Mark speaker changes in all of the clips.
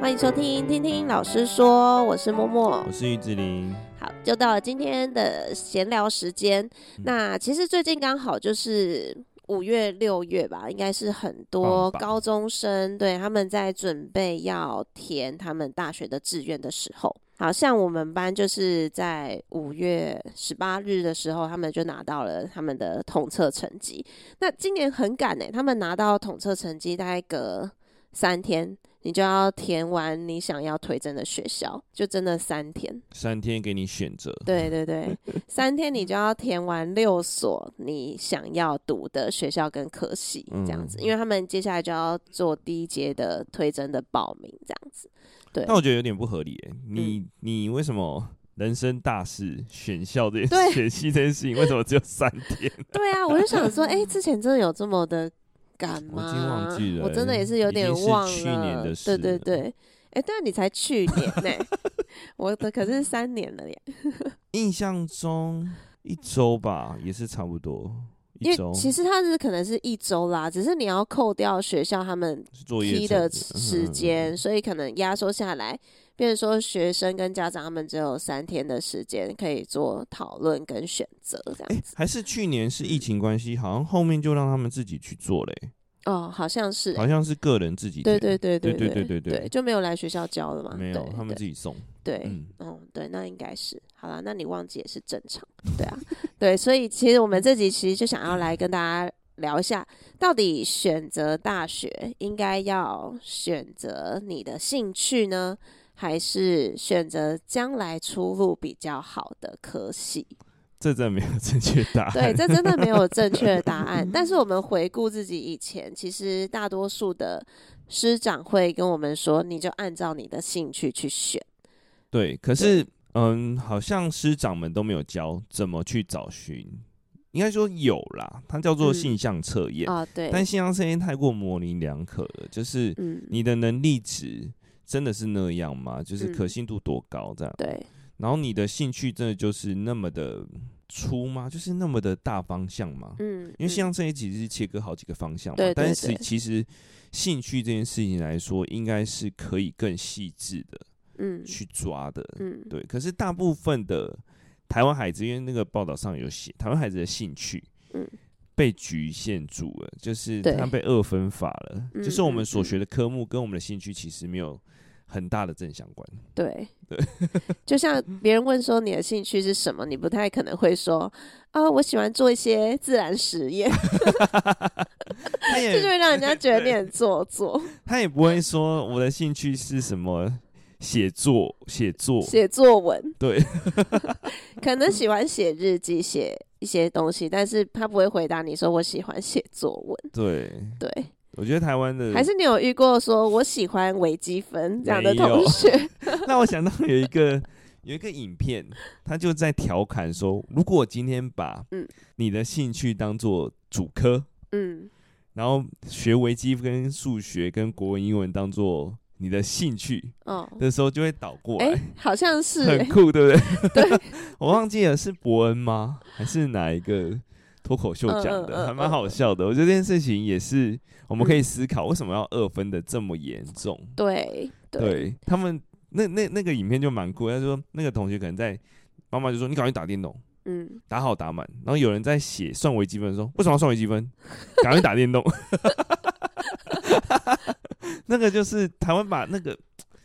Speaker 1: 欢迎收听《听听老师说》，我是默默
Speaker 2: 我。是于子林，
Speaker 1: 好，就到了今天的闲聊时间。那其实最近刚好就是五月、六月吧，应该是很多
Speaker 2: 棒棒
Speaker 1: 高中生对他们在准备要填他们大学的志愿的时候。好像我们班就是在五月十八日的时候，他们就拿到了他们的统测成绩。那今年很赶欸呢、他们拿到统测成绩大概隔三天，你就要填完你想要推荐的学校，就真的三天。
Speaker 2: 三天给你选择，
Speaker 1: 对对对，三天你就要填完六所你想要读的学校跟科系
Speaker 2: 嗯
Speaker 1: 这样子，因为他们接下来就要做第一阶的推甄的报名这样子。对嗯
Speaker 2: 但我觉得有点不合理耶。你、你为什么人生大事选校这
Speaker 1: 对
Speaker 2: 件选系这件事情，为什么只有三 天？
Speaker 1: 对啊，我就想 说，哎、之前真的有这么的赶
Speaker 2: 我已
Speaker 1: 吗？
Speaker 2: 经忘记了
Speaker 1: 我真的也是有
Speaker 2: 已经
Speaker 1: 点
Speaker 2: 是
Speaker 1: 忘了。
Speaker 2: 去年的
Speaker 1: 对
Speaker 2: 事
Speaker 1: 对
Speaker 2: 了
Speaker 1: 对，哎、对啊，你才去年呢、 我的可是三年了耶，
Speaker 2: 印象中一周吧，也是差不多
Speaker 1: 因
Speaker 2: 一周
Speaker 1: 为。其实它是可能是一周啦，只是你要扣掉学校他们
Speaker 2: 是作业
Speaker 1: 批的
Speaker 2: 成绩
Speaker 1: 时，间，所以可能压缩下来，变成说学生跟家长他们只有三天的时间可以做讨论跟选择这
Speaker 2: 哎、
Speaker 1: 样子。
Speaker 2: 还是去年是疫情关系，好像后面就让他们自己去做嘞、
Speaker 1: 哦，好像是欸、
Speaker 2: 好像是个人自己
Speaker 1: 对对
Speaker 2: 填
Speaker 1: 对
Speaker 2: 对
Speaker 1: 对
Speaker 2: 对
Speaker 1: 对
Speaker 2: 对对
Speaker 1: 就没有来学校教了嘛？
Speaker 2: 没有
Speaker 1: 对
Speaker 2: 他们
Speaker 1: 对
Speaker 2: 自己送，
Speaker 1: 对，
Speaker 2: 嗯，
Speaker 1: 嗯，对，那应该是好了。那你忘记也是正常，对啊，对，所以其实我们这集其实就想要来跟大家聊一下，到底选择大学应该要选择你的兴趣呢，还是选择将来出路比较好的科系？
Speaker 2: 这真的没有正确答案。
Speaker 1: 对，这真的没有正确的答 案。但是我们回顾自己以前，其实大多数的师长会跟我们说，你就按照你的兴趣去选。
Speaker 2: 对，可是嗯，好像师长们都没有教怎么去找寻，应该说有啦，它叫做
Speaker 1: 嗯
Speaker 2: 性向测验，
Speaker 1: 啊，对，
Speaker 2: 但性向测验太过模棱两可了，就是
Speaker 1: 嗯，
Speaker 2: 你的能力值真的是那样吗？就是可
Speaker 1: 嗯
Speaker 2: 信度多高这样？
Speaker 1: 对，
Speaker 2: 然后你的兴趣真的就是那么的粗吗？就是那么的大方向吗？
Speaker 1: 嗯，
Speaker 2: 因为
Speaker 1: 嗯
Speaker 2: 性向测验其实是切割好几个方向嘛，
Speaker 1: 对对
Speaker 2: 但是
Speaker 1: 对
Speaker 2: 其实兴趣这件事情来说，应该是可以更细致的
Speaker 1: 嗯
Speaker 2: 去抓的，
Speaker 1: 嗯，
Speaker 2: 对，可是大部分的台湾孩子，因为那个报道上有写，台湾孩子的兴趣，
Speaker 1: 嗯
Speaker 2: 被局限住了，就是
Speaker 1: 对
Speaker 2: 他被二分法了，
Speaker 1: 嗯
Speaker 2: 就是我们
Speaker 1: 嗯
Speaker 2: 所
Speaker 1: 嗯
Speaker 2: 学的科目跟我们的兴趣其实没有很大的正相 关。
Speaker 1: 对
Speaker 2: 对
Speaker 1: 就像别人问说你的兴趣是什么，你不太可能会说啊，我喜欢做一些自然实验，
Speaker 2: 他
Speaker 1: 这就
Speaker 2: 也
Speaker 1: 会让人家觉得你很做作。
Speaker 2: 他也不会说我的兴趣是什么写作，写作，
Speaker 1: 写作文，
Speaker 2: 对，
Speaker 1: 可能喜欢写日记，写一些东西，但是他不会回答你说我喜欢写作文。
Speaker 2: 对，
Speaker 1: 对，
Speaker 2: 我觉得台湾的
Speaker 1: 还是你有遇过说我喜欢微积分这样的
Speaker 2: 没有
Speaker 1: 同学？
Speaker 2: 让我想到有一个有一个影片，他就在调侃说，如果今天把
Speaker 1: 嗯
Speaker 2: 你的兴趣当做主科，
Speaker 1: 嗯，
Speaker 2: 然后学微积分、数学跟国文、英文当做你的兴趣
Speaker 1: 哦，
Speaker 2: 的时候，就会倒过
Speaker 1: 哎、
Speaker 2: 来，
Speaker 1: 好像是、
Speaker 2: 很
Speaker 1: 欸，
Speaker 2: 酷，对不对？对， 我忘记了是伯恩吗？还是哪一个？脱口秀讲
Speaker 1: 嗯嗯嗯
Speaker 2: 的还蛮好笑的，我觉得这件事情也是我们可以思考，为什么要二分的这么严重？
Speaker 1: 对对
Speaker 2: 对他们那那那个影片就蛮酷，他说那个同学可能在妈妈就说你赶快打电动，
Speaker 1: 嗯，
Speaker 2: 打好打满，然后有人在写算微积分说为什么要算微积分，赶快打 电动， 那个就是台湾把那个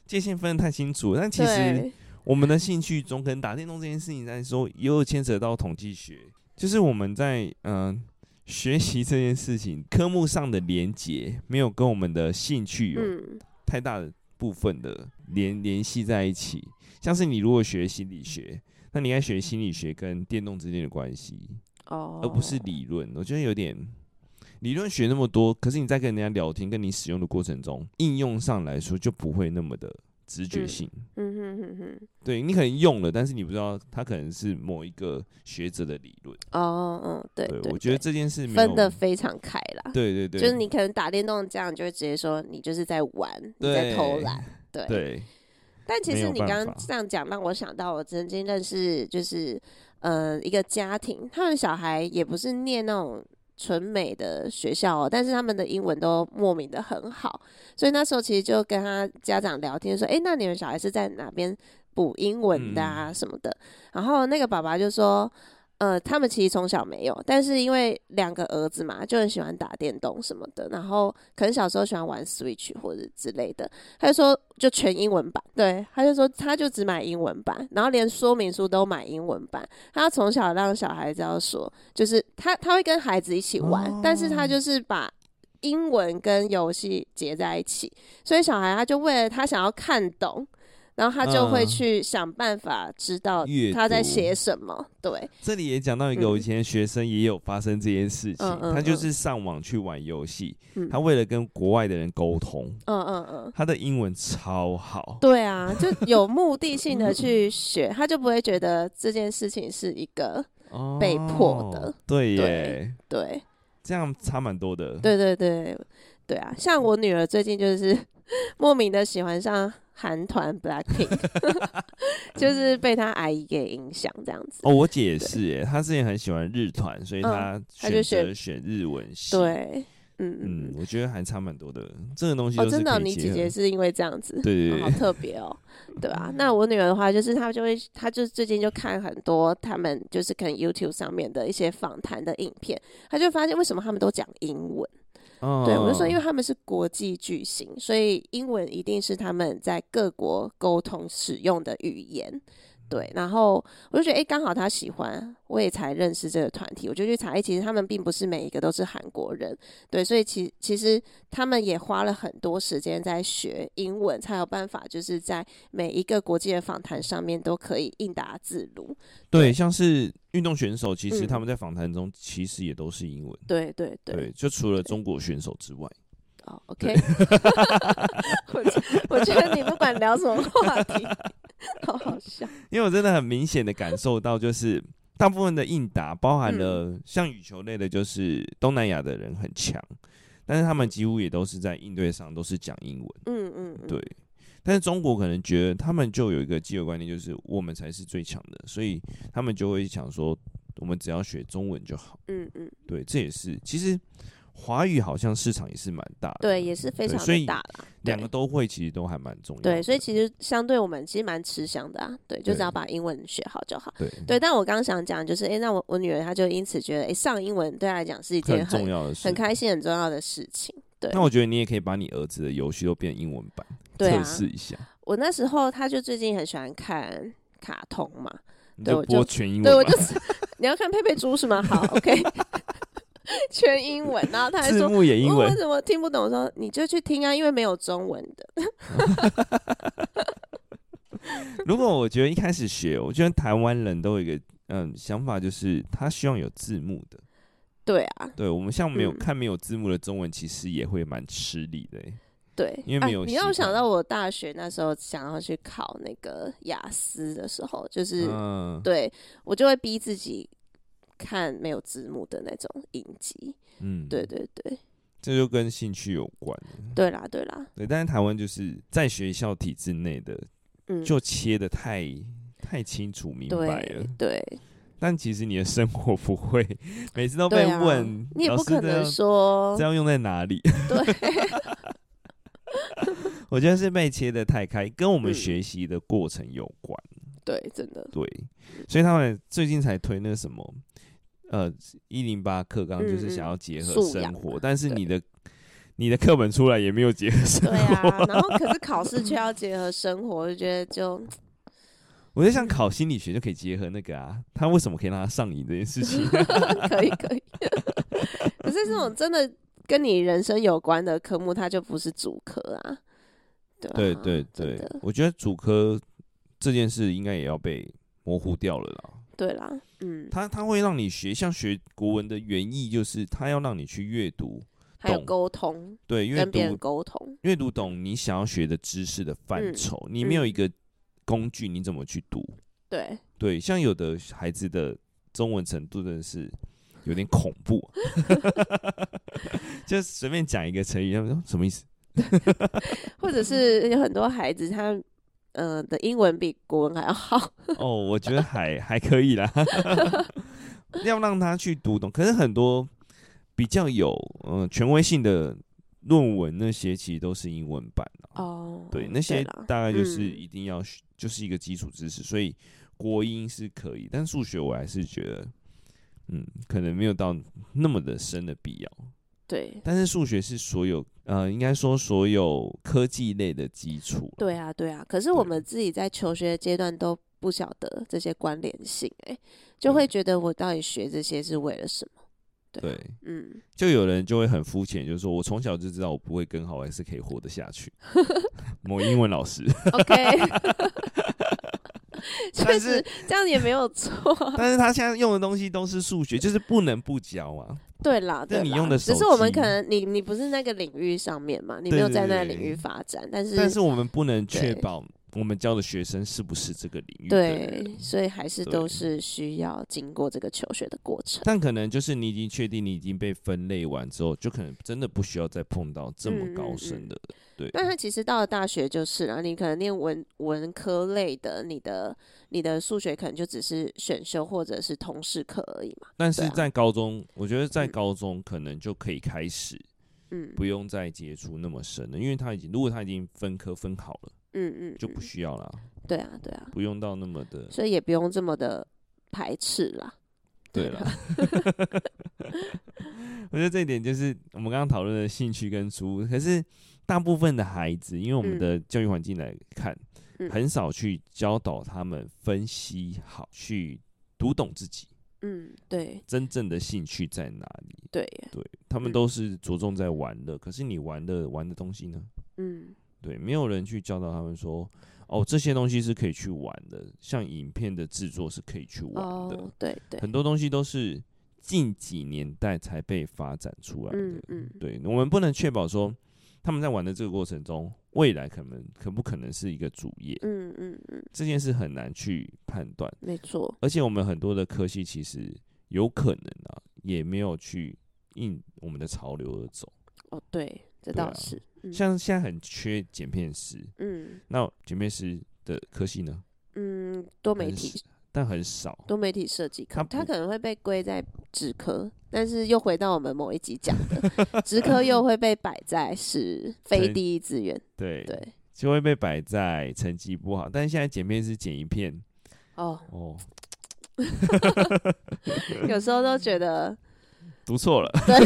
Speaker 2: 界限分得太清楚，但其实
Speaker 1: 对
Speaker 2: 我们的兴趣中跟打电动这件事情来说，也有牵扯到统计学，就是我们在嗯、呃学习这件事情科目上的连结没有跟我们的兴趣有
Speaker 1: 嗯。
Speaker 2: 太大的部分的联联系在一起。像是你如果学心理学，那你应该学心理学跟电动之间的关系，
Speaker 1: 哦，
Speaker 2: 而不是理论。我觉得有点理论学那么多，可是你在跟人家聊天、跟你使用的过程中，应用上来说就不会那么的直觉性。
Speaker 1: 嗯哼哼哼，
Speaker 2: 对你可能用了，但是你不知道它可能是某一个学者的理论。
Speaker 1: 哦，嗯，对对，
Speaker 2: 我觉
Speaker 1: 对
Speaker 2: 得这件事没有
Speaker 1: 分的非常开啦，
Speaker 2: 对对对，
Speaker 1: 就是你可能打电动这样，你就会直接说你就是在玩，你在偷
Speaker 2: 对
Speaker 1: 懒， 对。
Speaker 2: 对
Speaker 1: 但其
Speaker 2: 没
Speaker 1: 实
Speaker 2: 有
Speaker 1: 你
Speaker 2: 办
Speaker 1: 刚刚
Speaker 2: 法
Speaker 1: 这样讲，让我想到我曾经认识，就是呃一个家庭，他们小孩也不是念那种纯美的学校、哦，但是他们的英文都莫名的很好，所以那时候其实就跟他家长聊天说，诶，那你们小孩是在哪边补英文的
Speaker 2: 嗯
Speaker 1: 啊什么的？然后那个爸爸就说，呃，他们其实从小没有，但是因为两个儿子嘛，就很喜欢打电动什么的，然后可能小时候喜欢玩 Switch 或者之类的，他就说就全英文版，对，他就说他就只买英文版，然后连说明书都买英文版，他从小让小孩子要说，就是他他会跟孩子一起玩，但是他就是把。英文跟游戏结在一起，所以小孩他就为了他想要看懂，然后他就会
Speaker 2: 嗯
Speaker 1: 去想办法知道
Speaker 2: 阅
Speaker 1: 他在
Speaker 2: 读
Speaker 1: 写什么。对，
Speaker 2: 这里也讲到一个，
Speaker 1: 嗯
Speaker 2: 我以前的学生也有发生这件事情，
Speaker 1: 嗯嗯
Speaker 2: 他就
Speaker 1: 嗯
Speaker 2: 是上网去玩游戏，
Speaker 1: 嗯
Speaker 2: 他为了跟国外的人沟通，
Speaker 1: 嗯嗯嗯，
Speaker 2: 他的英文超好，
Speaker 1: 对啊，就有目的性 的去学，他就不会觉得这件事情是一个被迫的
Speaker 2: 哦对
Speaker 1: 对
Speaker 2: 耶，
Speaker 1: 对
Speaker 2: 这样差蛮多的，
Speaker 1: 对对对对啊，像我女儿最近就是 莫名的喜欢上韩团 BLACKPINK，就是被她阿姨给影响这样子。
Speaker 2: 哦，我姐也是耶，她之前很喜欢日团，所以
Speaker 1: 嗯
Speaker 2: 她
Speaker 1: 她就
Speaker 2: 选择
Speaker 1: 选
Speaker 2: 选日文系。，
Speaker 1: 对，嗯嗯
Speaker 2: 嗯，
Speaker 1: 嗯，
Speaker 2: 我觉得还差蛮多的，这个东西
Speaker 1: 哦，
Speaker 2: 都是
Speaker 1: 真的哦、
Speaker 2: 可以
Speaker 1: 你
Speaker 2: 结
Speaker 1: 姐
Speaker 2: 合。
Speaker 1: 姐是因为这样子，
Speaker 2: 对对
Speaker 1: 哦好
Speaker 2: 对，
Speaker 1: 特别哦，对啊。那我女儿的话，就是她就会，她就最近就看很多他们就是可能 YouTube 上面的一些访谈的影片，她就发现为什么他们都讲英文。
Speaker 2: 哦
Speaker 1: 对，我就说，因为他们是国际巨星，所以英文一定是他们在各国沟通使用的语言。对，然后我就觉得，诶，刚好他喜欢，我也才认识这个团体，我就去查，诶，其实他们并不是每一个都是韩国人，对，所以其其实他们也花了很多时间在学英文，才有办法就是在每一个国际的访谈上面都可以应答自如。
Speaker 2: 对，像是运动选手，其实
Speaker 1: 嗯
Speaker 2: 他们在访谈中其实也都是英文。
Speaker 1: 对对对，
Speaker 2: 对，就除了中国选手之外，
Speaker 1: 哦，OK，我觉我觉得你不管聊什么话题，好好笑。
Speaker 2: 因为我真的很明显的感受到，就是大部分的应答包含
Speaker 1: 嗯
Speaker 2: 了像羽球类的，就是东南亚的人很强，但是他们几乎也都是在应对上都是讲英文。
Speaker 1: 嗯嗯，嗯，
Speaker 2: 对，但是中国可能觉得他们就有一个既有观念，就是我们才是最强的，所以他们就会想说，我们只要学中文就好。
Speaker 1: 嗯嗯，
Speaker 2: 对，这也是其实华语好像市场也是蛮大的，
Speaker 1: 对，也是非
Speaker 2: 对
Speaker 1: 常
Speaker 2: 所
Speaker 1: 的
Speaker 2: 以
Speaker 1: 大啦。
Speaker 2: 两
Speaker 1: 对
Speaker 2: 个都会，其实都还蛮重要的。
Speaker 1: 对，所以其实相对我们其实蛮吃香的啊。对，就只
Speaker 2: 对
Speaker 1: 要把英文学好就好。
Speaker 2: 对
Speaker 1: 对，但我刚想讲就是，诶，那我我女儿她就因此觉得，诶，上英文对她来讲是一件
Speaker 2: 很
Speaker 1: 很
Speaker 2: 重要的事
Speaker 1: 很。开心、很重要的事情。对
Speaker 2: 那我觉得你也可以把你儿子的游戏都变英文版，
Speaker 1: 对啊
Speaker 2: 测，试一下，
Speaker 1: 我那时候她就最近很喜欢看卡通嘛，
Speaker 2: 你
Speaker 1: 对
Speaker 2: 就
Speaker 1: 我就
Speaker 2: 播全英
Speaker 1: 对我
Speaker 2: 文
Speaker 1: 就
Speaker 2: 版，
Speaker 1: 是你要看佩佩猪是吗？好，OK，全英文，然后她还
Speaker 2: 字
Speaker 1: 说。
Speaker 2: 幕也英
Speaker 1: 我
Speaker 2: 文
Speaker 1: 哦为，什么听不懂？我说你就去听啊，因为没有中文的。
Speaker 2: 如果我觉得一开始学，我觉得台湾人都有一个嗯想法，就是他希望有字幕的。
Speaker 1: 对啊，
Speaker 2: 对我们像没有、
Speaker 1: 嗯
Speaker 2: 看没有字幕的中文，其实也会蛮吃力的欸。
Speaker 1: 对，
Speaker 2: 因为没
Speaker 1: 啊
Speaker 2: 有
Speaker 1: 你
Speaker 2: 习
Speaker 1: 让我想
Speaker 2: 惯
Speaker 1: 到我大学那时候想要去考那个雅思的时候，就是、
Speaker 2: 嗯，
Speaker 1: 对我就会逼自己看没有字幕的那种影集。
Speaker 2: 嗯，
Speaker 1: 对，对对，
Speaker 2: 这就跟兴趣有关了。
Speaker 1: 对啦对啦，
Speaker 2: 对，但是台湾就是在学校体制内的，
Speaker 1: 嗯，
Speaker 2: 就切的太太清楚明白了
Speaker 1: 对。对
Speaker 2: 但其实你的生活不会，每次都
Speaker 1: 对
Speaker 2: 被
Speaker 1: 啊
Speaker 2: 问，
Speaker 1: 你也
Speaker 2: 老
Speaker 1: 不
Speaker 2: 师
Speaker 1: 可
Speaker 2: 这
Speaker 1: 能
Speaker 2: 样
Speaker 1: 说
Speaker 2: 这样用在哪里？
Speaker 1: 对
Speaker 2: 我觉得是被切的太开，跟我们
Speaker 1: 嗯
Speaker 2: 学习的过程有关。
Speaker 1: 对，真的，
Speaker 2: 对，所以他们最近才推那个什么，呃，一零八课纲，就是
Speaker 1: 嗯嗯
Speaker 2: 想要结合
Speaker 1: 素
Speaker 2: 生
Speaker 1: 养
Speaker 2: 活，
Speaker 1: 嘛
Speaker 2: 但是
Speaker 1: 对
Speaker 2: 你的你的课本出来也没有结合生
Speaker 1: 对 啊
Speaker 2: 活。。
Speaker 1: 然后可是考试却要结合生活，我就觉得就
Speaker 2: 我在想，考心理学就可以结合那个啊，他为什么可以让他上瘾这件事 情？
Speaker 1: 可以可以。可是这种真的跟你人生有关的科目，它就不是主科啊。对啊
Speaker 2: 对对
Speaker 1: 真
Speaker 2: 对
Speaker 1: 的，
Speaker 2: 我觉得主科这件事应该也要被模糊掉了啦。
Speaker 1: 对啦，嗯，
Speaker 2: 他他会让你学，像学国文的原意就是他要让你去阅读，
Speaker 1: 还有
Speaker 2: 懂
Speaker 1: 沟通，
Speaker 2: 对阅
Speaker 1: 跟别
Speaker 2: 读
Speaker 1: 人沟通，
Speaker 2: 阅读懂你想要学的知识的范
Speaker 1: 嗯
Speaker 2: 畴，你没有一个工具，你怎么去读？
Speaker 1: 对，
Speaker 2: 对，像有的孩子的中文程度真的是有点恐 怖、 啊，就随便讲一个成语，他们说什么意思？
Speaker 1: 或者是有很多孩子他。呃的英文比国文还要好，
Speaker 2: 哦，我 觉得还还可以啦，要让他去读懂。可是很多比较有嗯、呃权威性的论文那些，其实都是英文版啊。
Speaker 1: 哦，
Speaker 2: 对，那些
Speaker 1: 啦
Speaker 2: 大概就是
Speaker 1: 嗯
Speaker 2: 一定要学，就是一个基础知识，所以国英是可以，但数学我还是觉得，嗯，可能没有到那么的深的必要。
Speaker 1: 对
Speaker 2: 但是数学是所有呃，应该说所有科技类的基础啦。
Speaker 1: 对啊，对啊。可是我
Speaker 2: 对
Speaker 1: 们自己在求学阶段都不晓得这些关联性、欸，就会觉得我到底学这些是为了什么？对啊
Speaker 2: 对，
Speaker 1: 嗯，
Speaker 2: 就有人就会很肤浅，就是说我从小就知道我不会跟好，我还是可以活得下 去。某英文老师，
Speaker 1: OK，确实
Speaker 2: 但是
Speaker 1: 这样也没有错。
Speaker 2: 但是他现在用的东西都是数学，就是不能不教啊。
Speaker 1: 对啦，
Speaker 2: 但
Speaker 1: 对
Speaker 2: 你
Speaker 1: 啦
Speaker 2: 用的
Speaker 1: 只
Speaker 2: 手
Speaker 1: 是我们
Speaker 2: 机
Speaker 1: 可能你你不是那个领域上面嘛，你没
Speaker 2: 对
Speaker 1: 有
Speaker 2: 对
Speaker 1: 在那个
Speaker 2: 对
Speaker 1: 领域发展，但是
Speaker 2: 但是我们不能确
Speaker 1: 嗯对
Speaker 2: 保我们教的学生是不是这个领域的人
Speaker 1: 对，所以还是
Speaker 2: 对
Speaker 1: 都是需要经过这个求学的过程。
Speaker 2: 但可能就是你已经确定你已经被分类完之后，就可能真的不需要再碰到这么
Speaker 1: 嗯嗯
Speaker 2: 高
Speaker 1: 嗯
Speaker 2: 深的，
Speaker 1: 但他其实到了大学就是啦，你可能念文文科类的，你的你的数学可能就只是选修或者是通识课而已嘛。
Speaker 2: 但
Speaker 1: 对
Speaker 2: 是
Speaker 1: 啊
Speaker 2: 在高中，我觉得在
Speaker 1: 嗯
Speaker 2: 高中可能就可以开始，
Speaker 1: 嗯
Speaker 2: 不用再接触那么深了，因为他已经如果他已经分科分好了，
Speaker 1: 嗯嗯，
Speaker 2: 就不
Speaker 1: 嗯
Speaker 2: 需要呃啦，
Speaker 1: 对啊对啊，
Speaker 2: 不用到那么的。
Speaker 1: 所以也不用这么的排斥啦。
Speaker 2: 对了，我觉得这一点就是我们刚刚讨论的兴趣跟书，可是大部分的孩子，因为我们
Speaker 1: 嗯
Speaker 2: 的教育环境来看，
Speaker 1: 嗯
Speaker 2: 很少去教导他们分析好，去读懂自己
Speaker 1: 嗯，对
Speaker 2: 真正的兴趣在哪里。
Speaker 1: 对，
Speaker 2: 对他们
Speaker 1: 嗯
Speaker 2: 都是着重在玩乐，可是你玩的玩的东西呢？
Speaker 1: 嗯
Speaker 2: 对，没有人去教导他们说，哦，这些东西是可以去玩的，像影片的制作是可以去玩的，
Speaker 1: 哦，对对，
Speaker 2: 很多东西都是近几年代才被发展出来的。
Speaker 1: 嗯嗯
Speaker 2: 对，我们不能确保说他们在玩的这个过程中，未来可能可不可能是一个主业，
Speaker 1: 嗯嗯嗯，
Speaker 2: 这件事很难去判断。
Speaker 1: 没错，
Speaker 2: 而且我们很多的科系其实有可能啊，也没有去应我们的潮流而走。
Speaker 1: 哦对，这
Speaker 2: 对
Speaker 1: 倒
Speaker 2: 啊
Speaker 1: 是，嗯
Speaker 2: 像现在很缺剪片师，
Speaker 1: 嗯
Speaker 2: 那剪片师的科系呢？
Speaker 1: 嗯，多媒
Speaker 2: 很
Speaker 1: 体
Speaker 2: 少但很少。
Speaker 1: 多媒体设计科它
Speaker 2: 它，不
Speaker 1: 可能会被归在职科，但是又回到我们某一集讲的， 职科又会被摆在是非
Speaker 2: 对
Speaker 1: 第一志愿。
Speaker 2: 对，
Speaker 1: 对，
Speaker 2: 就会被摆在成绩不好。但是现在剪片师剪一片
Speaker 1: 哦，
Speaker 2: 哦，
Speaker 1: 有时候都觉得，
Speaker 2: 读错了。
Speaker 1: 对，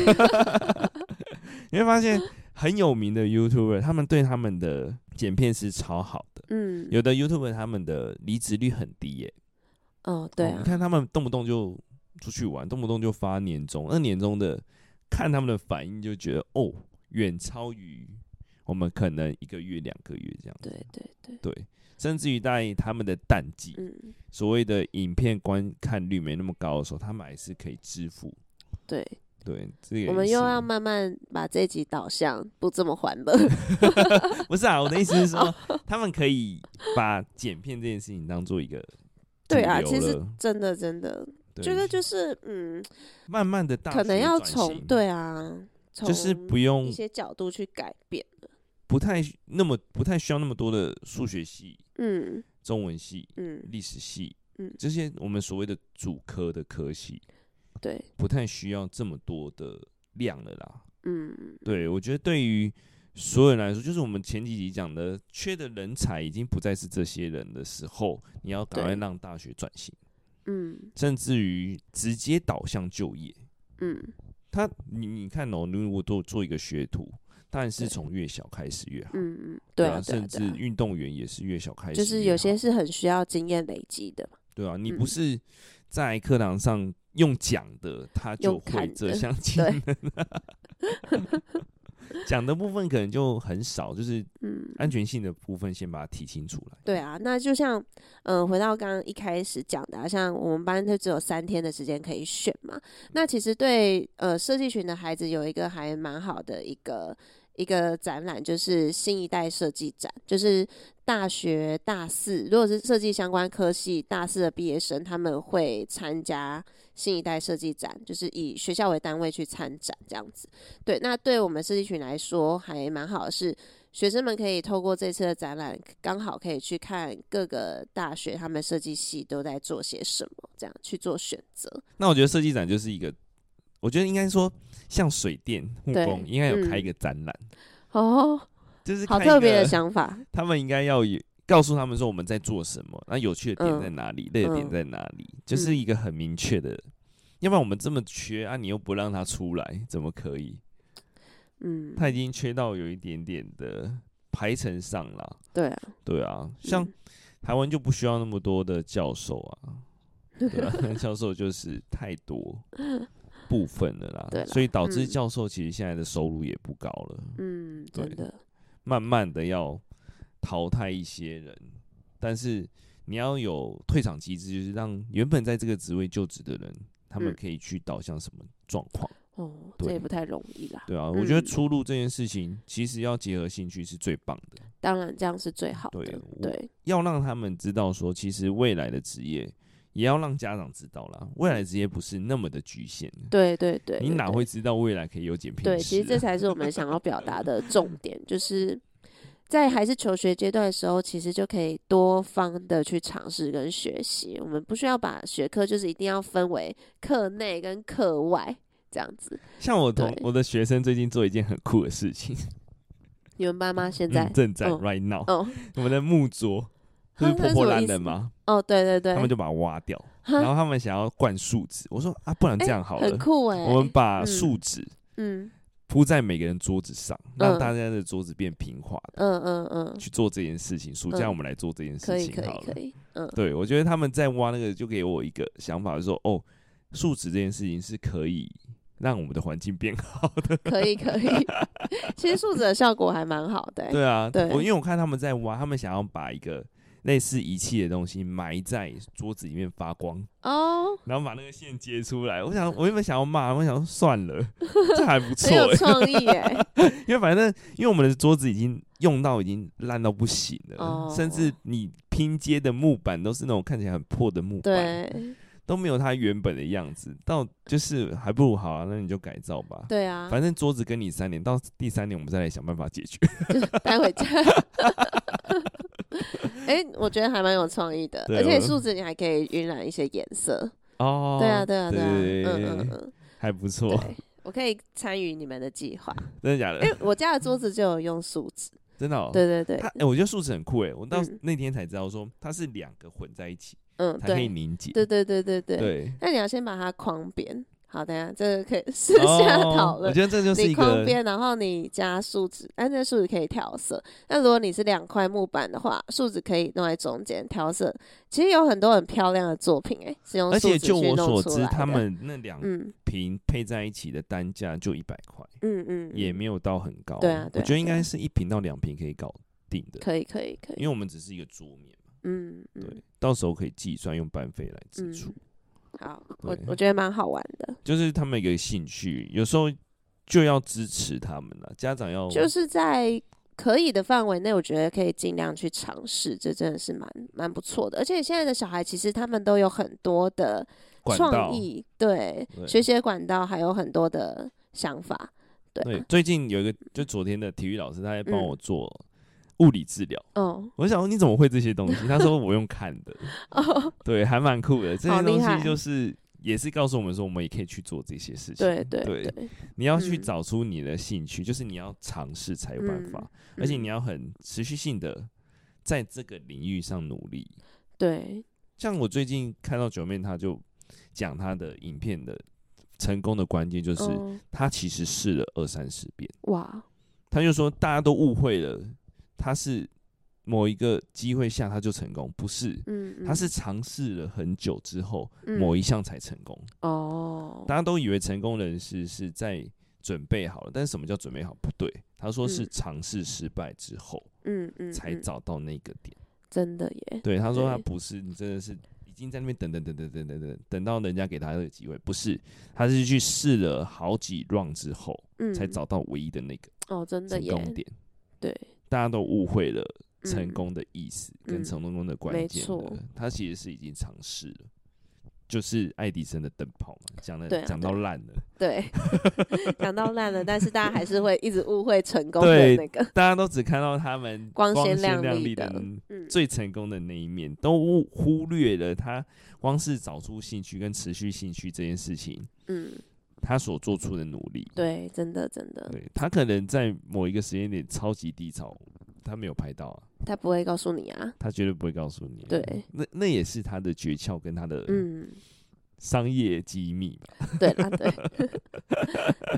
Speaker 2: 你会发现很有名的 YouTuber，他们对他们的剪片是超好的。
Speaker 1: 嗯，
Speaker 2: 有的 YouTuber 他们的离职率很低耶、
Speaker 1: 哦，对
Speaker 2: 哦
Speaker 1: 啊
Speaker 2: 你，看他们动不动就出去玩，动不动就发年终，那年终的看他们的反应就觉得哦，远超于我们可能一个月、两个月这样子。
Speaker 1: 对对对，
Speaker 2: 对，甚至于在他们的淡季，
Speaker 1: 嗯，
Speaker 2: 所谓的影片观看率没那么高的时候，他们还是可以支付。
Speaker 1: 对，
Speaker 2: 对，这个
Speaker 1: 我们
Speaker 2: 也
Speaker 1: 又
Speaker 2: 是
Speaker 1: 要慢慢把这集导向不这么欢乐。
Speaker 2: 不是啊，我的意思 是说，他们可以把剪片这件事情当做一个
Speaker 1: 对啊，
Speaker 2: 主
Speaker 1: 其
Speaker 2: 流
Speaker 1: 实
Speaker 2: 了
Speaker 1: 真的真的，
Speaker 2: 对
Speaker 1: 觉得就是嗯，
Speaker 2: 慢慢的大
Speaker 1: 可能
Speaker 2: 学
Speaker 1: 要
Speaker 2: 转
Speaker 1: 从
Speaker 2: 型，
Speaker 1: 对啊，从
Speaker 2: 就是不用
Speaker 1: 一些角度去改变。
Speaker 2: 不太那么不太需要那么多的数学系、
Speaker 1: 嗯
Speaker 2: 中文系、
Speaker 1: 嗯，
Speaker 2: 历史系，
Speaker 1: 嗯
Speaker 2: 这些我们所谓的主科的科系，
Speaker 1: 对，
Speaker 2: 不太需要这么多的量了啦。
Speaker 1: 嗯。
Speaker 2: 对，我觉得对于所有人来说，就是我们前几集讲的，缺的人才已经不再是这些人的时候，你要赶快
Speaker 1: 对
Speaker 2: 让大学转型，
Speaker 1: 嗯
Speaker 2: 甚至于直接导向就业。
Speaker 1: 嗯，
Speaker 2: 他，你你看哦，如果做做一个学徒，当然是
Speaker 1: 对
Speaker 2: 从越小开始越好。
Speaker 1: 嗯嗯，对啊，对啊
Speaker 2: 甚
Speaker 1: 对
Speaker 2: 至
Speaker 1: 啊，
Speaker 2: 运动员也是越小开始越好，
Speaker 1: 就是有些是很需要经验累积的嘛。
Speaker 2: 对啊，你
Speaker 1: 嗯
Speaker 2: 不是在课堂上用讲的，他就
Speaker 1: 用看
Speaker 2: 会这
Speaker 1: 的
Speaker 2: 项技
Speaker 1: 对
Speaker 2: 能。 讲的部分可能就很少，就是
Speaker 1: 嗯，
Speaker 2: 安全性的部分先把它提清楚来。
Speaker 1: 对啊，那就像嗯、呃回到刚刚一开始讲的、啊，像我们班就只有三天的时间可以选嘛。那其实对呃设计群的孩子有一个还蛮好的一个。一个展览就是新一代设计展，就是大学大四，如果是设计相关科系大四的毕业生，他们会参加新一代设计展，就是以学校为单位去参展这样子。对，那对我们设计群来说还蛮好的是，学生们可以透过这次的展览，刚好可以去看各个大学他们设计系都在做些什么，这样去做选择。
Speaker 2: 那我觉得设计展就是一个我觉得应该说像水电木
Speaker 1: 对
Speaker 2: 工应该有
Speaker 1: 嗯
Speaker 2: 开一个展览，
Speaker 1: 哦，
Speaker 2: 就是
Speaker 1: 好
Speaker 2: 开
Speaker 1: 特
Speaker 2: 一
Speaker 1: 别的
Speaker 2: 个
Speaker 1: 想法，
Speaker 2: 他们应该要有告诉他们说我们在做什么，那有趣的点在哪里，累的点
Speaker 1: 嗯
Speaker 2: 在哪里，就是一个很明确的。要不然我们这么缺啊，你又不让他出来，怎么可以？
Speaker 1: 嗯，
Speaker 2: 他已经缺到有一点点的排程上了。
Speaker 1: 对啊，
Speaker 2: 对啊，像
Speaker 1: 嗯
Speaker 2: 台湾就不需要那么多的教授啊，对 啊，教授就是太多部分了啦，
Speaker 1: 对啦
Speaker 2: 所以导致
Speaker 1: 嗯
Speaker 2: 教授其实现在的收入也不高了，
Speaker 1: 嗯，
Speaker 2: 对
Speaker 1: 真的，
Speaker 2: 慢慢的要淘汰一些人，但是你要有退场机制，就是让原本在这个职位就职的人，他们
Speaker 1: 嗯
Speaker 2: 可以去导向什么状况，
Speaker 1: 哦，
Speaker 2: 对
Speaker 1: 这也不太容易啦。
Speaker 2: 对啊，我觉得
Speaker 1: 嗯
Speaker 2: 出路这件事情其实要结合兴趣是最棒的，
Speaker 1: 当然这样是最好的
Speaker 2: 对，我
Speaker 1: 对，
Speaker 2: 要让他们知道说，其实未来的职业也要让家长知道啦，未来的职业不是那么的局限的。
Speaker 1: 对对对，
Speaker 2: 你
Speaker 1: 对
Speaker 2: 哪
Speaker 1: 对
Speaker 2: 会知道未来可以有减平、啊？
Speaker 1: 对，其实这才是我们想要表达的重点，就是在还是求学阶段的时候，其实就可以多方的去尝试跟学习。我们不需要把学科就是一定要分为课内跟课外这样子。
Speaker 2: 像我同
Speaker 1: 对
Speaker 2: 我的学生最近做一件很酷的事情，
Speaker 1: 你们妈妈现 在
Speaker 2: 嗯、， 正在
Speaker 1: 嗯
Speaker 2: right now，、
Speaker 1: 哦
Speaker 2: 我们的木桌就 是
Speaker 1: 啊那
Speaker 2: 破
Speaker 1: 是什
Speaker 2: 破
Speaker 1: 么
Speaker 2: 烂
Speaker 1: 意
Speaker 2: 烂
Speaker 1: 思
Speaker 2: 嘛，
Speaker 1: 哦，对对对，
Speaker 2: 他们就把它挖掉，
Speaker 1: 哈
Speaker 2: 然后他们想要灌树脂，我说啊，不然这样好了，
Speaker 1: 很酷哎、
Speaker 2: 我们把
Speaker 1: 嗯
Speaker 2: 树脂
Speaker 1: 嗯
Speaker 2: 铺在每个人桌子上，让
Speaker 1: 嗯
Speaker 2: 大家的桌子变平滑的，
Speaker 1: 嗯嗯嗯，
Speaker 2: 去做这件事情。暑假
Speaker 1: 嗯
Speaker 2: 我们来做这件
Speaker 1: 可
Speaker 2: 事
Speaker 1: 以
Speaker 2: 情
Speaker 1: 可
Speaker 2: 好
Speaker 1: 以
Speaker 2: 了
Speaker 1: 可。以， 嗯
Speaker 2: 对，我觉得他们在挖那个，就给我一个想法，就是说哦，树脂这件事情是可以让我们的环境变好的。
Speaker 1: 可以可以。 其实树脂的效果还蛮好的、欸，
Speaker 2: 对啊，
Speaker 1: 对
Speaker 2: 我因为我看他们在挖，他们想要把一个类似仪器的东西埋在桌子里面发光，
Speaker 1: 哦，
Speaker 2: 然后把那个线接出来。我想，我原本想要骂，我想说算了，这还不错
Speaker 1: 很有
Speaker 2: 欸、
Speaker 1: 创意哎、
Speaker 2: 因为反正因为我们的桌子已经用到已经烂到不行了，
Speaker 1: 哦
Speaker 2: 甚至你拼接的木板都是那种看起来很破的木板。
Speaker 1: 对
Speaker 2: 都没有它原本的样子，到就是还不如好啊，那你就改造吧。
Speaker 1: 对啊，
Speaker 2: 反正桌子跟你三年，到第三年我们再来想办法解决。
Speaker 1: 带回 家。哎、我觉得还蛮有创意的，
Speaker 2: 对
Speaker 1: 而且
Speaker 2: 我
Speaker 1: 树脂你还可以晕染一些颜色。
Speaker 2: 哦，
Speaker 1: 对啊，对啊，
Speaker 2: 对
Speaker 1: 啊，
Speaker 2: 对对
Speaker 1: 嗯嗯
Speaker 2: 对
Speaker 1: 嗯，
Speaker 2: 还不错，
Speaker 1: 对，我可以参与你们的计划，
Speaker 2: 真的假
Speaker 1: 因
Speaker 2: 的？
Speaker 1: 为我家的桌子就有用树脂。
Speaker 2: 真的、哦。
Speaker 1: 对对对
Speaker 2: 它，，哎、我觉得树脂很酷哎，我到
Speaker 1: 嗯
Speaker 2: 那天才知道说它是两个混在一起
Speaker 1: 嗯，
Speaker 2: 才可
Speaker 1: 对，
Speaker 2: 以凝结。
Speaker 1: 对对对对对。
Speaker 2: 对
Speaker 1: 那你要先把它框边。好，等一下这个可以 私下讨
Speaker 2: 哦我
Speaker 1: 论。
Speaker 2: 觉得这就是
Speaker 1: 你
Speaker 2: 一
Speaker 1: 框
Speaker 2: 个
Speaker 1: 边，然后你加树脂，哎，那树脂可以调色。那如果你是两块木板的话，树脂可以弄在中间调色。其实有很多很漂亮的作品、哎，是用
Speaker 2: 而
Speaker 1: 树
Speaker 2: 且
Speaker 1: 脂去
Speaker 2: 就我
Speaker 1: 弄出来
Speaker 2: 所
Speaker 1: 的。
Speaker 2: 知，他们那两
Speaker 1: 嗯
Speaker 2: 瓶配在一起的单价就一百块，
Speaker 1: 嗯嗯，
Speaker 2: 也
Speaker 1: 嗯
Speaker 2: 没有到很高。
Speaker 1: 对啊对啊
Speaker 2: 我觉得应
Speaker 1: 对啊
Speaker 2: 该是一瓶到两瓶可以搞定的。
Speaker 1: 可以可以可
Speaker 2: 因
Speaker 1: 以，
Speaker 2: 为我们只是一个桌面嘛，
Speaker 1: 嗯嗯
Speaker 2: 对，到时候可以计算用班费来支出，
Speaker 1: 好，我
Speaker 2: 对
Speaker 1: 我觉得蛮好玩的，
Speaker 2: 就是他们一个兴趣，有时候就要支持他们了，家长要
Speaker 1: 就是在可以的范围内，我觉得可以尽量去尝试，这真的是蛮蛮不错的。而且现在的小孩其实他们都有很多的
Speaker 2: 管道
Speaker 1: 创。意，对，
Speaker 2: 对
Speaker 1: 学习的管道还有很多的想法，对啊，
Speaker 2: 对，最近有一个就昨天的体育老师，他在帮
Speaker 1: 嗯
Speaker 2: 我做物理治疗，
Speaker 1: 哦
Speaker 2: 我想说你怎么会这些东西？他说我用看的，
Speaker 1: 哦，
Speaker 2: 对，还蛮酷的，这
Speaker 1: 好
Speaker 2: 些
Speaker 1: 厉
Speaker 2: 东西
Speaker 1: 害
Speaker 2: 就是。也是告诉我们说，我们也可以去做这些事情。
Speaker 1: 对对
Speaker 2: 对
Speaker 1: 对，
Speaker 2: 你要去
Speaker 1: 嗯
Speaker 2: 找出你的兴趣，就是你要尝试才有办
Speaker 1: 嗯
Speaker 2: 法，而且
Speaker 1: 嗯
Speaker 2: 你要很持续性的在这个领域上努力。
Speaker 1: 对，
Speaker 2: 像我最近看到九妹，她就讲她的影片的成功的关键就是，
Speaker 1: 哦
Speaker 2: 她其实试了二三十遍，
Speaker 1: 哇，
Speaker 2: 她就说大家都误会了，她是某一个机会下她就成功，不是，
Speaker 1: 嗯，
Speaker 2: 她是尝试了很久之后
Speaker 1: 嗯
Speaker 2: 某一项才成功。
Speaker 1: 哦，
Speaker 2: 大家都以为成功人士是在准备好了，但是什么叫准备好？不对，她说是
Speaker 1: 嗯
Speaker 2: 尝试失败之后
Speaker 1: 嗯嗯，
Speaker 2: 才
Speaker 1: 嗯
Speaker 2: 找到那个点。
Speaker 1: 真的 耶，
Speaker 2: 对，他说他
Speaker 1: 对
Speaker 2: 不是，你真的是已经在那边等等等等等等等，等到人家给他的机会，不是，他是去试了好几 round 之后，
Speaker 1: 嗯，
Speaker 2: 才找到唯一的那个
Speaker 1: 哦，真的
Speaker 2: 成
Speaker 1: 耶，
Speaker 2: 功点。
Speaker 1: 对，
Speaker 2: 大家都误会了成
Speaker 1: 嗯
Speaker 2: 功的意思
Speaker 1: 嗯
Speaker 2: 跟成功的关
Speaker 1: 没
Speaker 2: 键
Speaker 1: 错
Speaker 2: 了，他其实是已经尝试了。就是爱迪生的灯泡嘛，讲
Speaker 1: 对
Speaker 2: 的
Speaker 1: 啊
Speaker 2: 讲到烂了，
Speaker 1: 对， 讲到烂了，但是大家还是会一直误会成功的
Speaker 2: 对
Speaker 1: 那个，
Speaker 2: 大家都只看到他们
Speaker 1: 光鲜
Speaker 2: 鲜
Speaker 1: 亮
Speaker 2: 亮
Speaker 1: 丽
Speaker 2: 的
Speaker 1: 的嗯，
Speaker 2: 最成功的那一面，都忽忽略了他光是找出兴趣跟持续兴趣这件事情，
Speaker 1: 嗯，
Speaker 2: 他所做出的努力。
Speaker 1: 对，真的真的，
Speaker 2: 对他可能在某一个时间点超级低潮，他没有拍到啊，
Speaker 1: 他不会告诉你啊。
Speaker 2: 他绝对不会告诉你啊。
Speaker 1: 对
Speaker 2: 那那也是他的诀窍跟他的
Speaker 1: 嗯，
Speaker 2: 商业机密嘛。
Speaker 1: 对啦，对，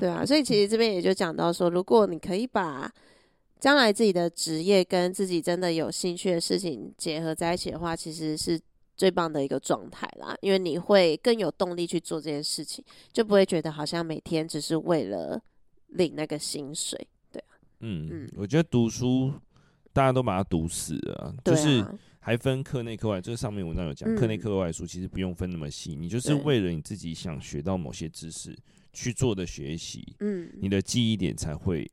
Speaker 1: 对啊，所以其实这边也就讲到说，如果你可以把将来自己的职业跟自己真的有兴趣的事情结合在一起的话，其实是最棒的一个状态啦，因为你会更有动力去做这件事情，就不会觉得好像每天只是为了领那个薪水。
Speaker 2: 嗯
Speaker 1: 嗯
Speaker 2: 我觉得读书大家都把它读死了啊，
Speaker 1: 对
Speaker 2: 就是
Speaker 1: 啊，
Speaker 2: 还分课内课外，这上面文章有讲，课内
Speaker 1: 嗯
Speaker 2: 课外书其实不用分那么细，你就是
Speaker 1: 对
Speaker 2: 为了你自己想学到某些知识去做的学习，
Speaker 1: 嗯，
Speaker 2: 你的记忆点才会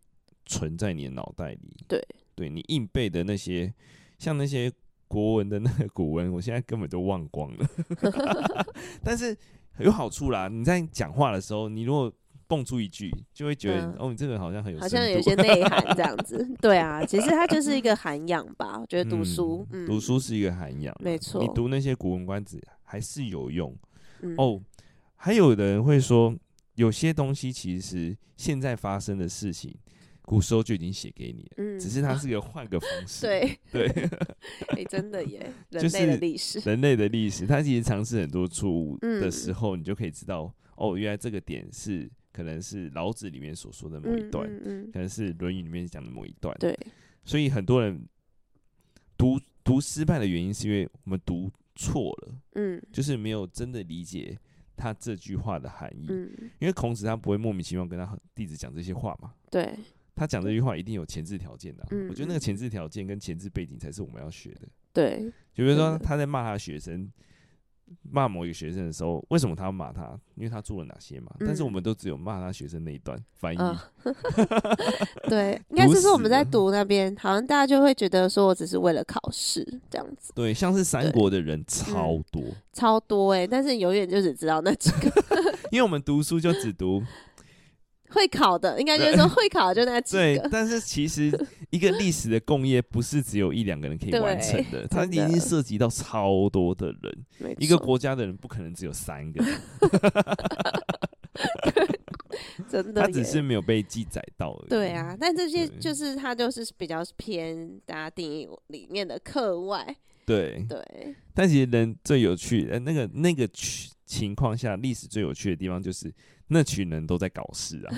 Speaker 2: 存在你的脑袋里。
Speaker 1: 对，
Speaker 2: 对你硬背的那些，像那些国文的那个古文，我现在根本都忘光 了。但是有好处啦，你在讲话的时候，你如果蹦出一句，就会觉得、
Speaker 1: 嗯
Speaker 2: 哦，你这个好像很有
Speaker 1: 好
Speaker 2: 深
Speaker 1: 像有
Speaker 2: 度。
Speaker 1: 些内涵这 样子。对啊，其实它就是一个涵养吧，我觉得读
Speaker 2: 嗯
Speaker 1: 书，嗯，
Speaker 2: 读，书是一个涵养，啊
Speaker 1: 没错
Speaker 2: 你读那些古文观止还是有用
Speaker 1: 嗯，
Speaker 2: 哦。还有的人会说，有些东西其实现在发生的事情，古时候就已经写给你了，
Speaker 1: 嗯，
Speaker 2: 只是它是个换个方 式。
Speaker 1: 对，
Speaker 2: 对，
Speaker 1: 哎、真的耶，人
Speaker 2: 就
Speaker 1: 类的
Speaker 2: 是
Speaker 1: 历史，
Speaker 2: 人类的历史，它其实尝试很多错误的
Speaker 1: 嗯
Speaker 2: 时候，你就可以知道，哦，原来这个点是可能是老子里面所说的某一
Speaker 1: 嗯
Speaker 2: 段，
Speaker 1: 嗯嗯，
Speaker 2: 可能是《论语》里面讲的某一段。
Speaker 1: 对，
Speaker 2: 所以很多人读读失败的原因，是因为我们读错了，
Speaker 1: 嗯
Speaker 2: 就是没有真的理解他这句话的含义。
Speaker 1: 嗯，
Speaker 2: 因为孔子他不会莫名其妙跟他弟子讲这些话嘛，
Speaker 1: 对，
Speaker 2: 他讲这句话一定有前置条件的啊、
Speaker 1: 嗯
Speaker 2: 我觉得那个
Speaker 1: 嗯
Speaker 2: 前置条件跟前置背景才是我们要学的。
Speaker 1: 对，
Speaker 2: 就比如
Speaker 1: 真
Speaker 2: 说
Speaker 1: 的
Speaker 2: 他在骂他的学生，骂某一个学生的时候，为什么他要骂他？因为他做了哪些嘛？但是我
Speaker 1: 嗯
Speaker 2: 们都只有骂他学生那一段翻译，
Speaker 1: 啊 对，应该是说我们在
Speaker 2: 死了
Speaker 1: 读那边，好像大家就会觉得说我只是为了考试这样子，
Speaker 2: 对，像是三
Speaker 1: 对
Speaker 2: 国的人超多，
Speaker 1: 超多哎、但是永远就只知道那几个
Speaker 2: 因为我们读书就只读
Speaker 1: 会考的，应该就是说会考的就那几
Speaker 2: 对
Speaker 1: 个，，
Speaker 2: 但是其实 一个历史的共业不是只有一两个人可以完成 的，它已
Speaker 1: 真的
Speaker 2: 经涉及到超多的人，
Speaker 1: 没
Speaker 2: 一个
Speaker 1: 错
Speaker 2: 国家的人不可能只有三个，
Speaker 1: 真
Speaker 2: 他
Speaker 1: 的
Speaker 2: 只
Speaker 1: 耶
Speaker 2: 是没有被记载到而已。
Speaker 1: 对啊，但这些
Speaker 2: 对
Speaker 1: 就是它就是比较偏大家定义里面的课外，
Speaker 2: 对，
Speaker 1: 对，
Speaker 2: 但其实人最有趣，呃，那个那个群情况下，历史最有趣的地方就是那群人都在搞事 啊。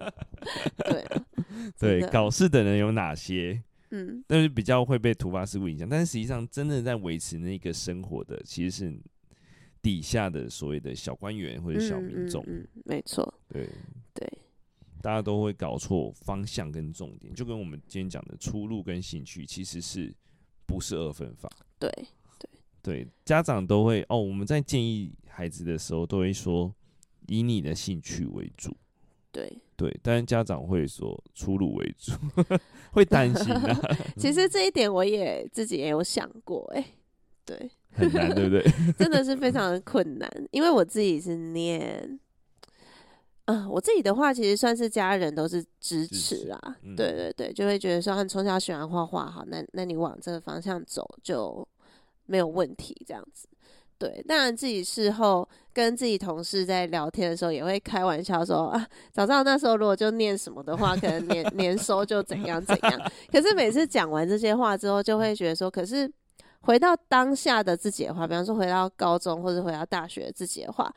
Speaker 1: 对 啊真
Speaker 2: 对，
Speaker 1: 的
Speaker 2: 搞事的人有哪些？
Speaker 1: 嗯，
Speaker 2: 但是比较会被突发事故影响，但是实际上真正在维持那个生活的，其实是底下的所谓的小官员或者小民众。
Speaker 1: 嗯嗯嗯，没错，
Speaker 2: 对
Speaker 1: 对，
Speaker 2: 大家都会搞错方向跟重点，就跟我们今天讲的出路跟兴趣其实是不是二分法？
Speaker 1: 对，
Speaker 2: 对，家长都会哦，我们在建议孩子的时候都会说以你的兴趣为主，
Speaker 1: 对。
Speaker 2: 对，但是家长会说出路为主， 会担心 啊，
Speaker 1: 其实这一点我也自己也有想过、欸，哎，对，
Speaker 2: 很难，对不对？
Speaker 1: 真的是非常的困难，因为我自己是念，啊、我自己的话其实算是家人都是支持啦，
Speaker 2: 嗯
Speaker 1: 对对对，就会觉得说，他从小喜欢画画，好，那那你往这个方向走就没有问题，这样子。对，当然自己事后跟自己同事在聊天的时候，也会开玩笑说啊，早知道那时候如果就念什么的话，可能年 年收就怎样怎样。可是每次讲完这些话之后，就会觉得说，可是回到当下的自己的话，比方说回到高中或者回到大学的自己的话，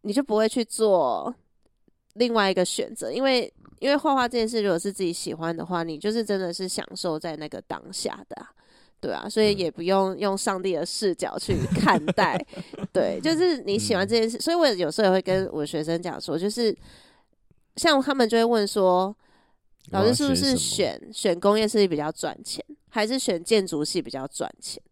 Speaker 1: 你就不会去做另外一个选择，因为因为画画这件事，如果是自己喜欢的话，你就是真的是享受在那个当下的、啊。对啊，所以
Speaker 2: 嗯
Speaker 1: 也不用用上帝的视角去看待， 对，就是你喜欢这件事，所以我有时候也会跟我学生讲说，就是像他们就会问说，老
Speaker 2: 我要
Speaker 1: 师是不是
Speaker 2: 什么
Speaker 1: 选选工业设计比较赚钱，还是选建筑系比较赚钱？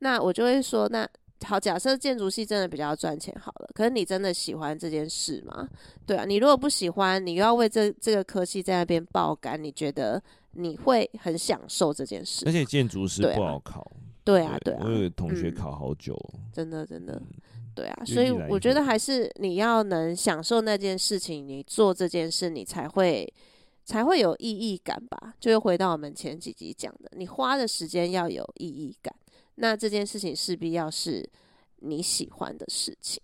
Speaker 1: 那我就会说，那好，假设建筑系真的比较赚钱好了，可是你真的喜欢这件事吗？对啊，你如果不喜欢，你又要为这这个科系在那边爆肝，你觉得你会很享受这件事
Speaker 2: 而？且建筑师
Speaker 1: 对啊
Speaker 2: 不好考，
Speaker 1: 对啊，对啊
Speaker 2: 我，有个同学
Speaker 1: 嗯
Speaker 2: 考好久哦，
Speaker 1: 真的真的，对啊，
Speaker 2: 就
Speaker 1: 所以
Speaker 2: 一来
Speaker 1: 我
Speaker 2: 一
Speaker 1: 觉得
Speaker 2: 回
Speaker 1: 还是你要能享受那件事情，你做这件事，你才会才会有意义感吧。就是回到我们前几集讲的，你花的时间要有意义感，那这件事情势必要是你喜欢的事情。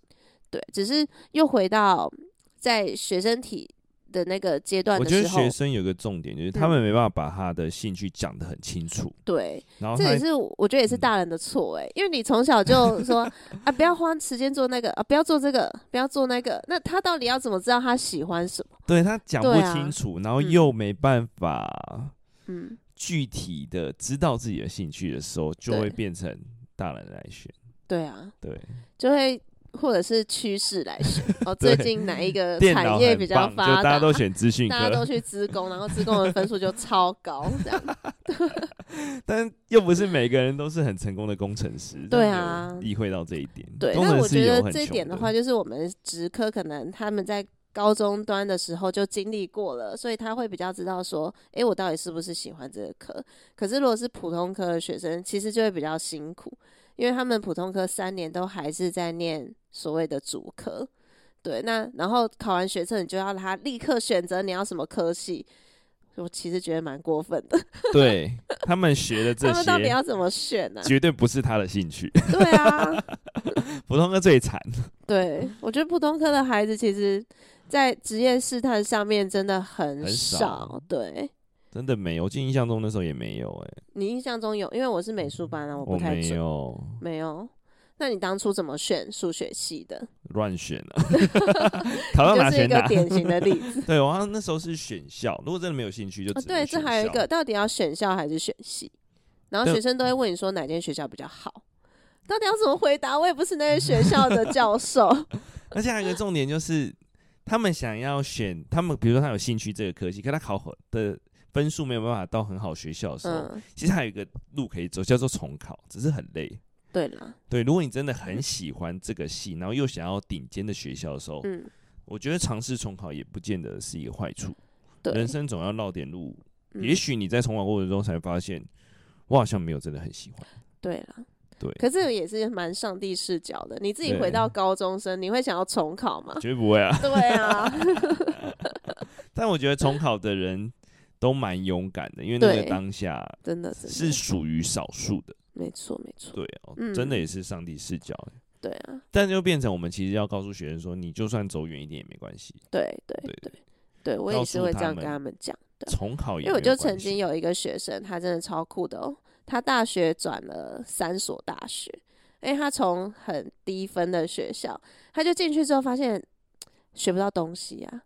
Speaker 1: 对，只是又回到在学生体的那个阶段
Speaker 2: 我
Speaker 1: 的
Speaker 2: 觉得
Speaker 1: 时候
Speaker 2: 学，生有个重点，就是他们没办法把他的兴趣讲得很清楚，
Speaker 1: 对，
Speaker 2: 然后
Speaker 1: 这
Speaker 2: 他
Speaker 1: 也是我觉得也
Speaker 2: 嗯
Speaker 1: 是大人的错哎、因为你从小 就说啊，不要花时间做那个啊，不要做这个，不要做那个，那他到底要怎么知道他喜欢什么？
Speaker 2: 对他讲不
Speaker 1: 对啊
Speaker 2: 清楚，然后
Speaker 1: 嗯
Speaker 2: 又没办法
Speaker 1: 嗯，
Speaker 2: 具体的知道自己的兴趣的时候，就
Speaker 1: 对
Speaker 2: 会变成大人来选。
Speaker 1: 对啊，
Speaker 2: 对，
Speaker 1: 就会或者是趋势来 选哦，
Speaker 2: 对
Speaker 1: 最近哪一个
Speaker 2: 电
Speaker 1: 产
Speaker 2: 脑
Speaker 1: 业
Speaker 2: 很
Speaker 1: 比较
Speaker 2: 棒，
Speaker 1: 发
Speaker 2: 就大
Speaker 1: 达
Speaker 2: 家，都选资讯
Speaker 1: 大家都
Speaker 2: 科，
Speaker 1: 去资工，然后资工的分数就超高，这样
Speaker 2: 但又不是每个人都是很成功的工程师。
Speaker 1: 对
Speaker 2: 但有
Speaker 1: 啊
Speaker 2: 意会到这一点。
Speaker 1: 对。
Speaker 2: 工
Speaker 1: 但
Speaker 2: 程
Speaker 1: 我
Speaker 2: 师
Speaker 1: 觉
Speaker 2: 有
Speaker 1: 得
Speaker 2: 很
Speaker 1: 这一
Speaker 2: 穷
Speaker 1: 点的话，就是我们职科可能他们在高中端的时候就经历过了，所以他会比较知道说，诶，我到底是不是喜欢这个科？可是如果是普通科的学生，其实就会比较辛苦，因为他们普通科三年都还是在念所谓的主科。对，那然后考完学测，你就要他立刻选择你要什么科系，我其实觉得蛮过分的。
Speaker 2: 对他们学的这
Speaker 1: 他们到底
Speaker 2: 些，
Speaker 1: 要怎么选呢、
Speaker 2: 绝对不是他的兴趣。
Speaker 1: 对啊，
Speaker 2: 普通科最惨，
Speaker 1: 对，我觉得普通科的孩子其实，在职业试探上面真的很
Speaker 2: 很少
Speaker 1: 对
Speaker 2: 真的没有。我记得印象中那时候也没有、哎，
Speaker 1: 你印象中有？因为我是美术班啊，我不
Speaker 2: 我
Speaker 1: 太
Speaker 2: 没
Speaker 1: 准。
Speaker 2: 有
Speaker 1: 没有。那你当初怎么选数学系的？
Speaker 2: 乱选 啊， 考到
Speaker 1: 你
Speaker 2: 哪
Speaker 1: 就是一
Speaker 2: 选
Speaker 1: 个
Speaker 2: 哪。
Speaker 1: 典型的例 子。
Speaker 2: 对，我好像那时候是选校，如果真的没有兴趣就
Speaker 1: 哦
Speaker 2: 只能
Speaker 1: 对，这
Speaker 2: 选
Speaker 1: 还有一
Speaker 2: 校
Speaker 1: 个，到底要选校还是选系？然后
Speaker 2: 对
Speaker 1: 学生都会问你说哪间学校比较好，到底要怎么回答？我也不是那间学校的教 授。
Speaker 2: 而且还有一个重点就是，他们想要选他们，比如说他有兴趣这个科系，可他考很的分数没有办法到很好学校的时候，
Speaker 1: 嗯，
Speaker 2: 其实还有一个路可以走，叫做重考，只是很累。
Speaker 1: 对啦，
Speaker 2: 对，如果你真的很喜欢这个系，然后又想要顶尖的学校的时候，
Speaker 1: 嗯，
Speaker 2: 我觉得尝试重考也不见得是一个坏处。
Speaker 1: 对，
Speaker 2: 人生总要绕点路，
Speaker 1: 嗯
Speaker 2: 也许你在重考过程中才发现，我好像没有真的很喜欢。
Speaker 1: 对啦，
Speaker 2: 对
Speaker 1: 可这个也是蛮上帝视角的。你自己
Speaker 2: 对
Speaker 1: 回到高中生，你会想要重考吗？
Speaker 2: 绝对不会啊！
Speaker 1: 对啊，
Speaker 2: 但我觉得重考的人都蛮勇敢的，因为那个
Speaker 1: 对
Speaker 2: 当下
Speaker 1: 真的真的
Speaker 2: 是属于少数的。
Speaker 1: 没错没错，
Speaker 2: 对哦，
Speaker 1: 嗯
Speaker 2: 真的也是上帝视角欸。
Speaker 1: 对啊，
Speaker 2: 但就变成我们其实要告诉学生说，你就算走远一点也没关系，
Speaker 1: 对对
Speaker 2: 对
Speaker 1: 对对，我也
Speaker 2: 告
Speaker 1: 是
Speaker 2: 诉
Speaker 1: 会
Speaker 2: 他
Speaker 1: 这样跟
Speaker 2: 们
Speaker 1: 他们讲，对
Speaker 2: 重考也
Speaker 1: 因为我
Speaker 2: 没有
Speaker 1: 就曾
Speaker 2: 关系
Speaker 1: 经有一个学生，他真的超酷的哦，他大学转了三所大学，因为他从很低分的学校，他就进去之后发现学不到东西啊。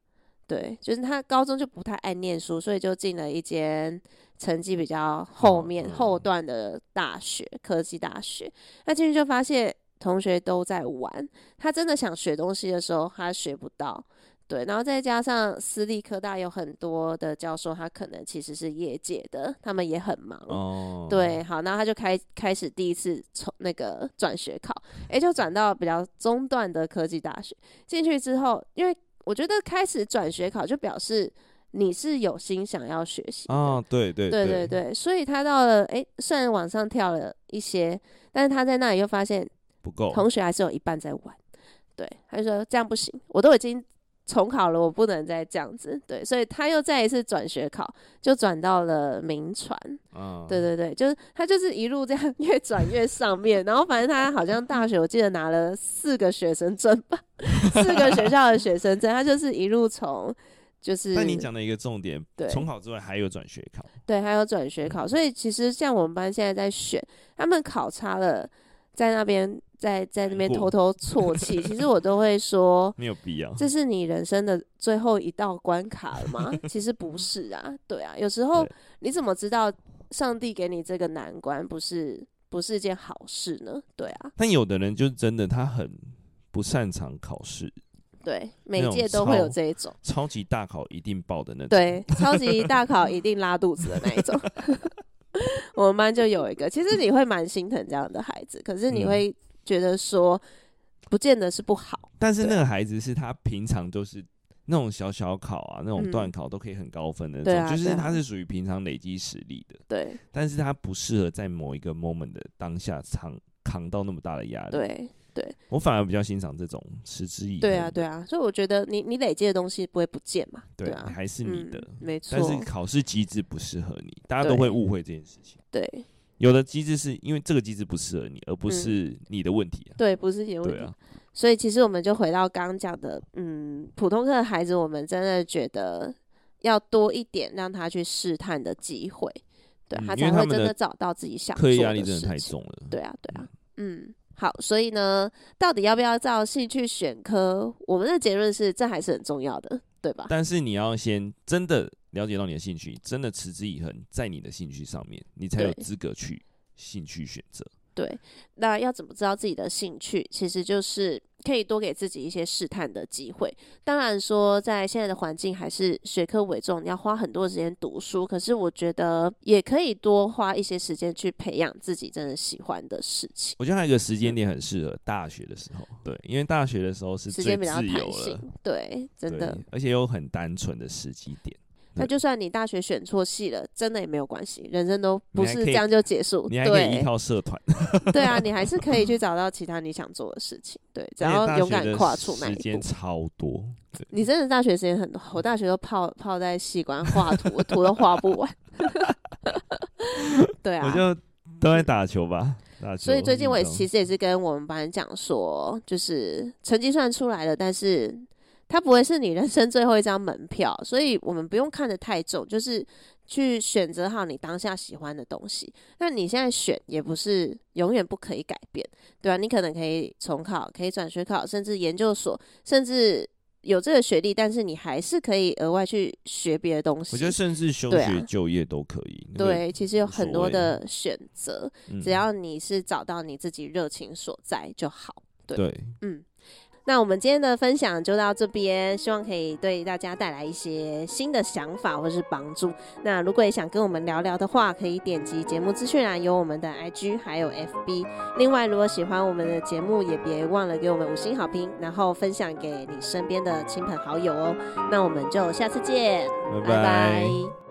Speaker 1: 对，就是他高中就不太爱念书，所以就进了一间成绩比较后面、
Speaker 2: 嗯嗯
Speaker 1: 后段的大学，科技大学。那进去就发现同学都在玩，他真的想学东西的时候，他学不到。对，然后再加上私立科大有很多的教授，他可能其实是业界的，他们也很忙。
Speaker 2: 哦，
Speaker 1: 对，好，然后他就开开始第一次从那个转学考，诶，就转到比较中段的科技大学。进去之后，因为我觉得开始转学考就表示你是有心想要学习的，
Speaker 2: 哦，对对
Speaker 1: 对
Speaker 2: 对
Speaker 1: 对对，所以他到了诶，虽然往上跳了一些，但是他在那里又发现
Speaker 2: 不够，
Speaker 1: 同学还是有一半在玩，对，他就说这样不行，我都已经重考了，我不能再这样子，对，所以他又再一次转学考，就转到了民传，
Speaker 2: 嗯，
Speaker 1: 对对对，就是他就是一路这样越转越上面， 然后反正他好像大学我记得拿了四个学生证吧，四个学校的学生证，他就是一路从就是
Speaker 2: 但你讲的一个重点
Speaker 1: 对，
Speaker 2: 重考之外还有转学考，
Speaker 1: 对，还有转学考，所以其实像我们班现在在选，他们考差了，在那边在在那边
Speaker 2: 难过
Speaker 1: 偷偷啜泣，其实我都会说。
Speaker 2: 没有必要。
Speaker 1: 这是你人生的最后一道关卡了吗？其实不是啊，对啊，有时候
Speaker 2: 对
Speaker 1: 你怎么知道上帝给你这个难关不是不是一件好事呢？对啊，
Speaker 2: 但有的人就真的他很不擅长考试，
Speaker 1: 对，每
Speaker 2: 那种
Speaker 1: 届都会有
Speaker 2: 超
Speaker 1: 这一种，
Speaker 2: 超级大考一定爆的那种。，
Speaker 1: 对，超级大考一定拉肚子的那一种。 我们班就有一个，其实你会蛮心疼这样的孩子，可是你
Speaker 2: 嗯
Speaker 1: 会觉得说，不见得是不好，
Speaker 2: 但是那
Speaker 1: 对
Speaker 2: 个孩子是他平常都是那种小小考啊，那种
Speaker 1: 嗯
Speaker 2: 段考都可以很高分的
Speaker 1: 对
Speaker 2: 那
Speaker 1: 啊
Speaker 2: 种，就
Speaker 1: 对
Speaker 2: 是
Speaker 1: 啊
Speaker 2: 他是属于平常累积实力的，
Speaker 1: 对
Speaker 2: 但是他不适合在某一个 moment 的当下扛扛到那么大的压力。，
Speaker 1: 对
Speaker 2: 我反而比较欣赏这种持之以恒。
Speaker 1: 对啊，对啊，所以我觉得你你累积的东西不会不见嘛，
Speaker 2: 对，
Speaker 1: 啊，
Speaker 2: 还是你的。
Speaker 1: 嗯、没错
Speaker 2: 但，是考试机制不适合你，大家都
Speaker 1: 对
Speaker 2: 会误会这件事情。
Speaker 1: 对
Speaker 2: 有的机制是因为这个机制不适合你，而不是你的问题啊。
Speaker 1: 嗯对，不是有问
Speaker 2: 对
Speaker 1: 题。
Speaker 2: 啊，
Speaker 1: 所以其实我们就回到刚刚讲的，嗯，普通课的孩子，我们真的觉得要多一点让他去试探的机会，对、
Speaker 2: 嗯
Speaker 1: 他
Speaker 2: 因为
Speaker 1: 才
Speaker 2: 他
Speaker 1: 会
Speaker 2: 们
Speaker 1: 真
Speaker 2: 的
Speaker 1: 的找到自己想做
Speaker 2: 课
Speaker 1: 的
Speaker 2: 业
Speaker 1: 事
Speaker 2: 压力真的太
Speaker 1: 情
Speaker 2: 重了。
Speaker 1: 对啊，对啊，嗯，好，所以呢，到底要不要照兴趣选科？我们的结论是，这还是很重要的，对 吧？
Speaker 2: 但是你要先真的了解到你的兴趣，真的持之以恒在你的兴趣上面，你才有
Speaker 1: 对
Speaker 2: 资格去兴趣选择。
Speaker 1: 对，那要怎么知道自己的兴趣？其实就是可以多给自己一些试探的机会。当然说，在现在的环境还是学科为重，你要花很多时间读书。可是我觉得也可以多花一些时间去培养自己真的喜欢的事情，
Speaker 2: 我觉得还有一个时间点很适合大学的时候，对，因为大学的时候是
Speaker 1: 嗯时
Speaker 2: 最
Speaker 1: 间比较
Speaker 2: 自由
Speaker 1: 弹
Speaker 2: 了，
Speaker 1: 性。对，真的
Speaker 2: 对。，而且有很单纯的时机点，
Speaker 1: 那
Speaker 2: 对
Speaker 1: 就算你大学选错系了，真的也没有关系，人生都不
Speaker 2: 你还
Speaker 1: 是
Speaker 2: 可
Speaker 1: 这
Speaker 2: 以
Speaker 1: 样就结束。
Speaker 2: 你还可以依
Speaker 1: 对，
Speaker 2: 靠社团，
Speaker 1: 对啊，你还是可以去找到其他你想做的事情。对，只
Speaker 2: 而且大
Speaker 1: 要勇
Speaker 2: 学
Speaker 1: 敢
Speaker 2: 的
Speaker 1: 跨出那
Speaker 2: 时
Speaker 1: 一
Speaker 2: 间
Speaker 1: 步。
Speaker 2: 超多，对
Speaker 1: 你真的大学时间很多，我大学都泡泡在系馆画 图，我图都画不完。 对
Speaker 2: 我
Speaker 1: 啊，
Speaker 2: 就都在打球吧，打球。
Speaker 1: 所以最近我也
Speaker 2: 运动
Speaker 1: 其实也是跟我们班讲说，就是成绩虽然出来了，但是它不会是你人生最后一张门票，所以我们不用看得太重，就是去选择好你当下喜欢的东西。那你现在选也不是永远不可以改变，对啊吧、你可能可以重考，可以转学考，甚至研究所，甚至。有这个学历，但是你还是可以额外去学别的东西。
Speaker 2: 我觉得甚至休
Speaker 1: 对啊
Speaker 2: 学、就业都可以。那个，
Speaker 1: 对，其实有
Speaker 2: 无
Speaker 1: 很
Speaker 2: 所
Speaker 1: 多
Speaker 2: 谓啊
Speaker 1: 的选择。
Speaker 2: 嗯
Speaker 1: 只要你是找到你自己热情所在就好。对
Speaker 2: 对，
Speaker 1: 嗯，那我们今天的分享就到这边，希望可以对大家带来一些新的想法或是帮助。那如果也想跟我们聊聊的话，可以点击节目资讯栏有我们的 IG 还有 FB。另外，如果喜欢我们的节目，也别忘了给我们五星好评，然后分享给你身边的亲朋好友哦。那我们就下次见，
Speaker 2: 拜
Speaker 1: 拜拜